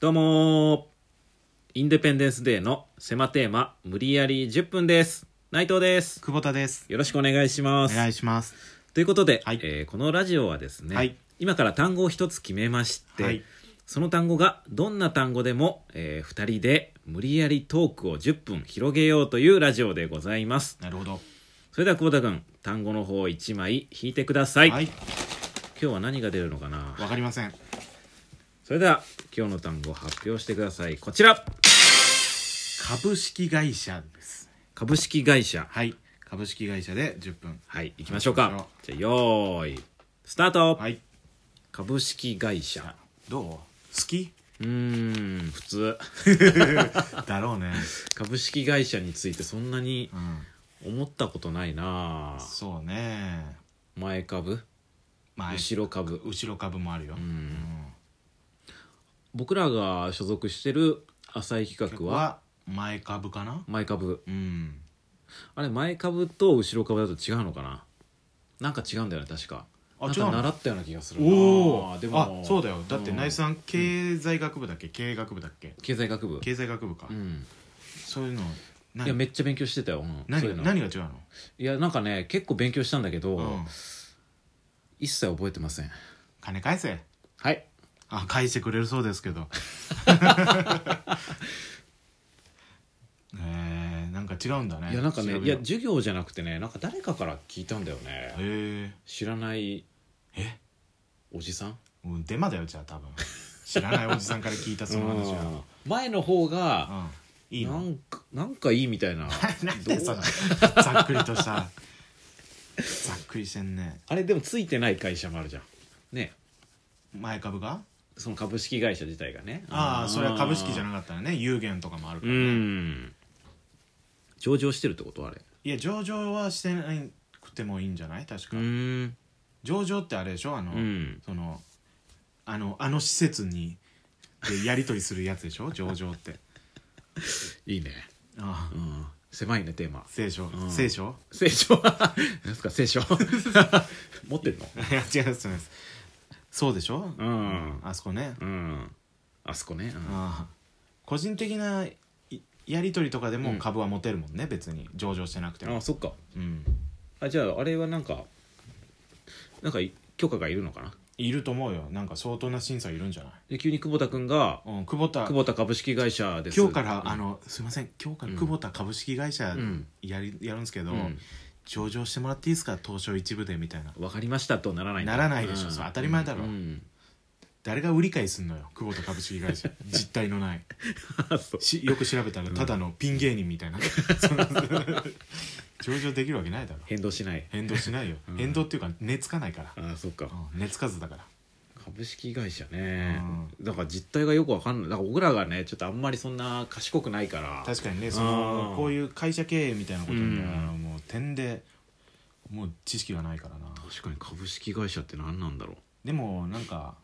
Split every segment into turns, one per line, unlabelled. どうもーインデペンデンスデーの狭テーマ無理やり10分です内藤です
久保田です。
よろしくお願いしま
お
す
願いします。
ということで、
はい
えーこのラジオはですね、
はい
今から単語を一つ決めまして、
はい
その単語がどんな単語でも、え2人で無理やりトークを10分広げようというラジオでございます
なるほど。
それでは久保田君単語の方1枚引いてください、
はい。
今日は何が出るのかな
わかりません。
それでは今日の単語を発表してくださいこちら
株式会社です。
株式会社
はい。株式会社で10分。
はい、行きましょうか。じゃあ、よーい、スタート、
はい。
株式会社。
どう好き
うーん、普通。
だろう ね。
株式会社についてそんなに
うん。
思ったことないなぁ
そうね。
前株
ま
後ろ株
後ろ株もあるよ。うん。
僕らが所属してる浅い企画は
は前株かな
前株
うん。
あれ前株と後ろ株だと違うのかななんか違うんだよね確か
あ
なんか
違うの
習ったような気がするな
おお
でも
あそうだよだって
うん
内さん経済学部だっけ経営学部だっけ
経済学部
経済学部か
うん
そういうの
いや
何
めっちゃ勉強してたよ、うんそういう
何
の
何が違うの
いやなんかね結構勉強したんだけど、
うん
一切覚えてません
金返せ
はい
あ返してくれるそうですけ どえー、なんか違うんだね
いやなんかね
調
い
べよ
や
う
授業じゃなくてねなんか誰かから聞いたんだよね
へ
知らない
ええ
おじさん
もうデマだよじゃあ多分知らないおじさんから聞いたその話は、
うん前の方
う
が
ん、いい
な
の
んかなんかいいみたいな
なん
どう
でそのざっくりとしたざっくりしてんね
あれでもついてない会社もあるじゃんね
前株が
その株式会社自体がね
ああそれは株式じゃ
な
なかったらね有限とかもあるか
う
らね、
ん上場してるってことあれ
いや上場はしてなくてもいいんじゃない確か、
ん
上場ってあれでしょあの、
うん
そのあのあの施設にでやり取りするやつで しょ上場って
いいね
ああ
うん狭いねテーマ
聖書、
うん
聖書
聖 書何ですか 聖書持ってんの
いや 違う違う違うそうでしょ、
うん
あそこね、
うんあそこね、うん
ああ個人的ないやり取りとかで
う
も
ん
株は持てるもんね、別に上場してなくて
あ
も
そっか
うん
あじゃああれはなんかなんかい許可がいるのかない
ると思うよなんか相当な審査いるんじゃない、
で急に久保田君が
うん、久保
「
田
久保田株式会社です」
今日から、
うん
あのすいません今日から
うん
久保田株式会社
ん
やり、やるんですけど、
うん
上場してもらっていいですか東証一部でみたいな
分かりました」とならないんだ
ならないでしょそれ当たり前だろ
うん
誰が売り買いすんのよ久保田株式会 社実体のない
あそう
しよく調べたらただのピン芸人みたいな その上場できるわけないだろ
変動しない
変動しないよ、
うん
変動っていうか値つかないから、
あそっか
うん値つかずだから
株式会社ねだから実態がよく分かんないだから僕らがねちょっとあんまりそんな賢くないから
確かにねその
うん
こういう会社経営みたいなことには、
う
もう点でもう知識がないからな
確かに株式会社って何なんだろう
でもなんか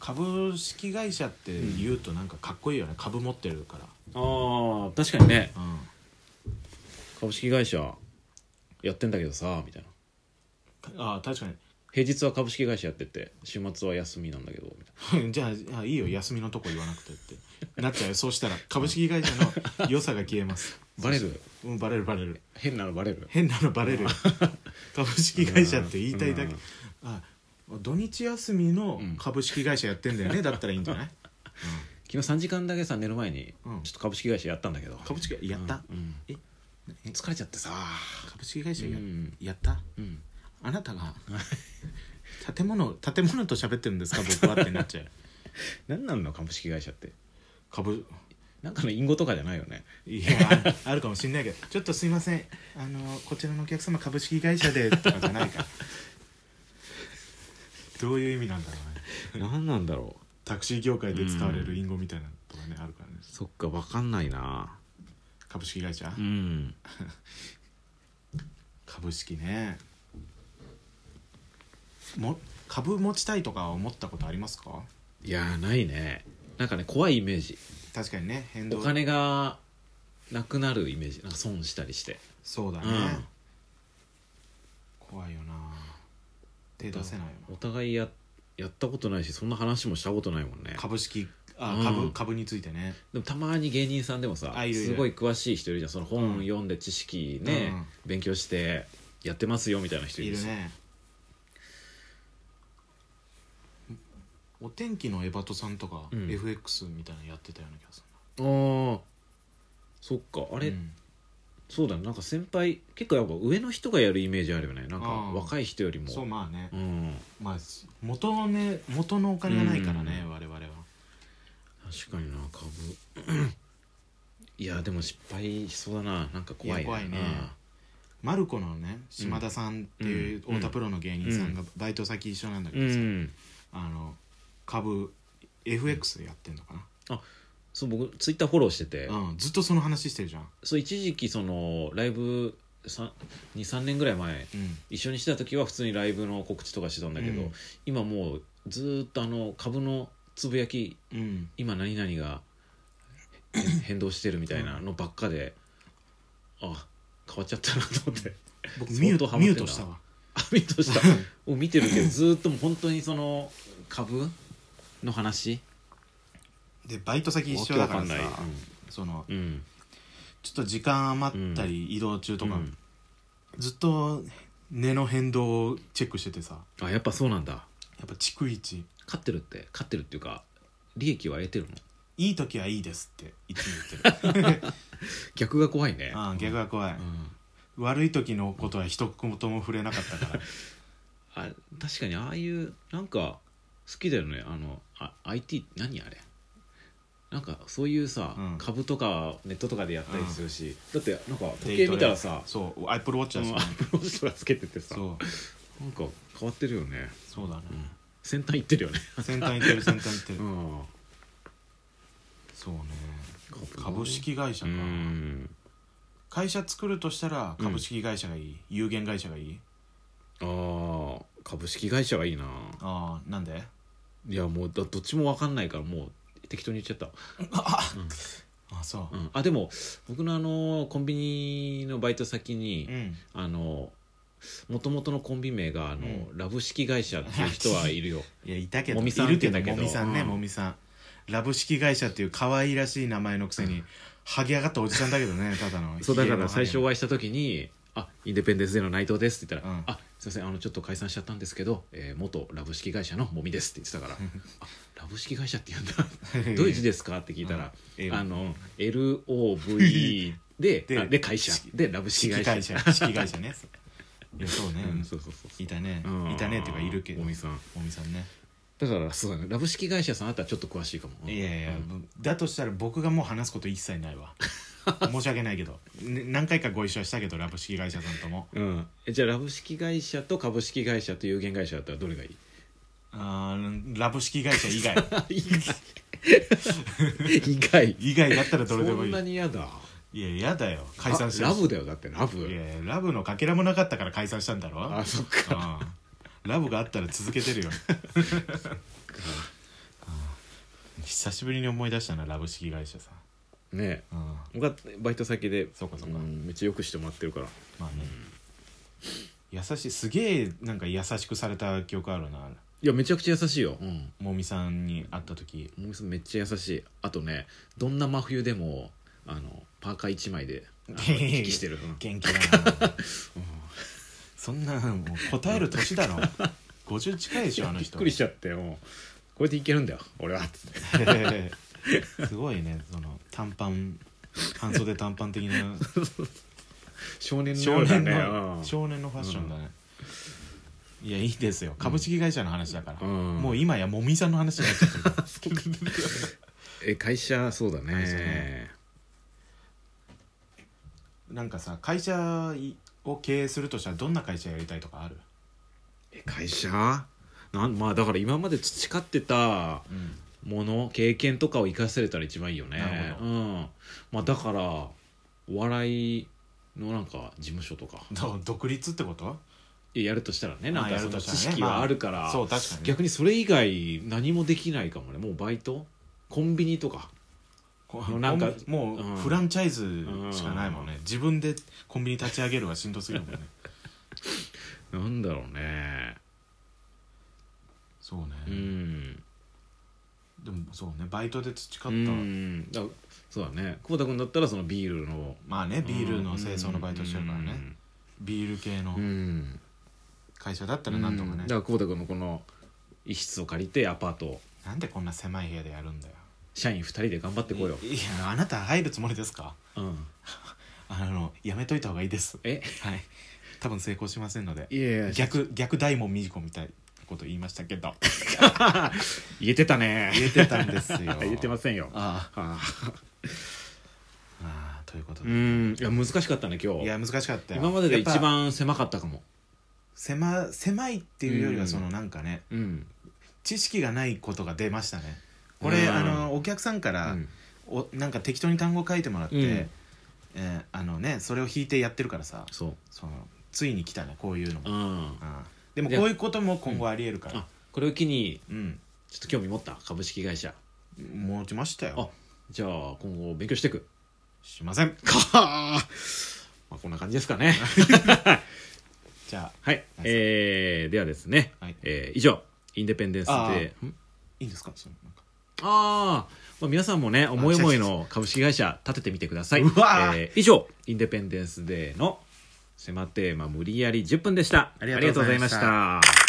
株式会社って言うとなんかかっこいいよね、株持ってるから
あー確かにね
うん
株式会社やってんだけどさみたいな
ああ確か
平日は株式会社やってて週末は休みなんだけどみたい
に じゃああいいよ休みのとこ言わなくてってなっちゃうよそうしたら株式会社の良さが消えます
なバレる
うんバレるバレる
変なのバレる
変なのバレ るよ株式会社って言いたいだけ
うん
あ土日休みの
うん
株式会社やってんだよねだったらいいんじゃない、
昨日3時間だけさ寝る前に、
うん
ちょっと 株式会社やったんだけど
株式会やった、
うん
え
うん疲れちゃってさ
株式会社や,、
うん
やった
うん
あなた が建物建物と喋ってるんですか僕はってなっちゃう
何なんの株式会社って
株
なんかの隠語とかじゃないよね
いやあるかもしんないけどちょっとすいませんあのこちらのお客様株式会社でとかじゃないからどういう意味なんだろうね
何なんだろう
タクシー業界で使われる隠語みたいなのとかねあるからね
そっか分かんないな
株式会社、
うん
株式ねも株持ちたいとか思ったことありますか
いやーないねなんかね怖いイメージ
確かにね変動
お金がなくなるイメージなんか損したりして
そうだね、
うん
怖いよな手出せないよ
お互いややったことないしそんな話もしたことないもんね
な株式あ株、
うん
株についてね
でもたまに芸人さんでもさ
あいるいる
すごい詳しい人いるじゃんその
う
本
ん
読んで知識ね、
うん
勉強してやってますよみたいな人い
い
る
る
し
ねお天気のエバトさんとか、
うん
FX みたいなのやってたような気がす
あーそっかあ
る
れ、
うん
そうだねなんか先輩結構やっぱ上の人がやるイメージあるよねなんか
うん
若い人よりも
そうまあね、
うん
まあ元のね元のお金がないからね、
うん
我々は
確かにな株いやでも失敗しそうだななんか怖い
いや怖いねマルコのね島田さんっていう
うん
太田プロの芸人さんがバイト先一緒なんだけ
う
どさ、
ん
あの株 FX やってんのか
そう僕ツイッターフォローしてて、
な、うんずっとその話してるじゃん、
そう一時期そのライブ23年ぐらい前
うん、
一緒にしてた時は普通にライブの告知とかしてたんだけど、
うん
今もうずーっとあの株のつぶやき
うん、
今何々がへ 変動してるみたいなのばっかであ変わっちゃったなと思って
僕
相
ミュー
当
ト
ハマ
ミ
って
ュ
ん
ー
だ
トしたわ
あ見とした を見てるけどずーっともう本当にその株の話
でバイト先一緒だからさ
わけわかん
その
ないうん
ちょっと時間余ったり、移動中とか、
うん
ずっと値の変動をチェックしててさ
あやっぱそうなんだ
やっぱ逐一
勝ってるって勝ってるっていうか利益は得てるの
いい時はいいですっていつも言っ てる
逆が怖いね
ああ逆が怖い、
うん
悪い時のことは一言も触れなかった から
あ確かにああいうなんか好きだよねあのあ IT 何あれなんかそういうさ、
うん
株とかネットとかでやったりするし、だってなんか時
デイ
計
トレ
見たらさ
そうアップルウォッチ
う
ャー
ん
そ
ア
う
ップローチとかつけててさなんか
そう
変わってるよね、
そうだね、
うん、先端行ってるよね、
先端行ってる先端行ってる、
うん、
そうね株式会社
う
か、
ん
会社作るとしたら株式会社がいい、有限会社がいい
あー株式会社がいいな
ああなんで
いやもうだどっちも分かんないからもう適当に言っちゃった
あそう
うん、あでも僕のあのコンビニのバイト先に、
うん
あの元々のコンビ名があの、
う
ラブ式会社っていう人はいるよ
いやいたけど
もみさん
いるけど
って言うんだ
もみ
けど
さんね、
うん
もみさんラブ式会社っていう可愛らしい名前のくせに、はげ上がったおじさんだけどねただの
そうだから最初
は
お会いした時に「あインデペンデンス・デーの内藤です」って言ったら「
うん
あすいませんあのちょっと解散しちゃったんですけど、えー元ラブ式会社のもみです」って 言ってたから「あラブ式会社って言うんだ どういう字ですか?」って聞いたら「
うん
あの LOV で
で
あで会社でラブ式
式
会社」
会社式会社ねいやそうね、
うんそうそうそうそう
いたね、
うん
いたねっていうかいるけど
もみさん
もみさんね
だからそうだねラブ式会社さんあったらちょっと詳しいかもうん
いやいや、だとしたら僕がもう話すこと一切ない わ申し訳ないけど、ね何回かご一緒はしたけどラブ式会社さんとも
うん、えじゃあラブ式会社と株式会社と有限会社だったらどれがい い
あーラブ式会社以 外
意外意外
以外だった らどれでも
そ
い
ん
い
なに嫌だ
いややだよ解散して
あ
る
ラ
し
ブだよだってラブ
いやラブのかけらもなかったから解散したんだろ
あそっか
うんラブがあったら続けてるようん久しぶりに思い出したなラブ式会社さ
ね
ん、うん、
僕はバイト先で
そうかそうか
んめっちゃよくしてもらってるから
まあね、優しいすげえなんか優しくされた記憶あるない
やめちゃくちゃ優しいようん
もみさんに会った時
もうすぐめっちゃ優しいあとねどんな真冬でもあのパーカー1枚であの行き来してる、 うん
元気だな、そんなもう答える年だろ50近いでしょあの
びっ
人
くりしちゃってもうこれでいけるんだよ俺はつって
へへ すごいねその短パン半袖短パン的な
少年のよ
少
うだ
年
ね
の
うん
少年のファッションだね、いやいいですよ株式会社の話だから、
うん
もう今やもみさんの話になっちゃってるから
え会社そうだ
会社
ね
ねなんかさ会社を経営するとしたらどんな会社やりたいとかある、
え会社なんまあだから今まで培ってたもの経験とかを生かせれたら一番いいよね
なるほど
うんまあだからお笑いのなんか事務所とか
ど独立ってこと
いややるとしたらねなん
あ
か
や
そ
る
の
とした
知
らね
識があるから、
まあそう確かに
逆にそれ以外何もできないかもねもうバイトコンビニとか
こ
もうなんか
も
うん
うフランチャイズしかないもんね、自分でコンビニ立ち上げるはしんどすぎるもんね
なんだろうね
そうね、
うん
でもそうねバイトで培
う
った
んだからそうだね久保田君だったらそのビールの
まあねビールの清掃のバイトしてるからねビール系の
うんうん
会社だったらなんとか
う
ね
だから久保田君のこの一室を借りてアパートを
なんでこんな狭い部屋でやるんだよ
社員2人で頑張ってこよ
い いやあなた入るつもりですか
う、うん、
あのやめといた方がいいです
え
はい多分成功しませんので
いやいや
逆逆大門みじ子みたいなこと言いましたけ ど
言えてたね
言えてたんですよ
言えてませんよ
あ
あ
あああということ
う
で、
んいや難しかったね今
い
日
や難しかったよ
今までで
やっぱ
一番狭かったかも
狭狭いっていうより
う
は
ん
そのなんかね
うん
知識がないことが出ましたねこれ
うん
あのお客さんから、
うん
おなんか適当に単語書いてもらって、
うん
えーあのねそれを引いてやってるからさ
そう
そのついに来たねこういうのも、
うん
うんでも
いや
こういうことも今後ありえるから
あこれを機に
うん、
ちょっと興味持った株式会社
持ちました
あ
よ
じゃあ今後勉強していく
しません
かあ まあこんな感じですか ね
じゃあ
はいえー、ではですね、
はい
えー以上インデペンデンスデ
あー
ーん
いいんですかそのなんか
あーまあ、皆さんもね思い思いの株式会社立ててみてください、え
うわー
ー以上インデペンデンスデーの「狭テーマ無理やり10分」でした
ありがとうございました
ありがとうございました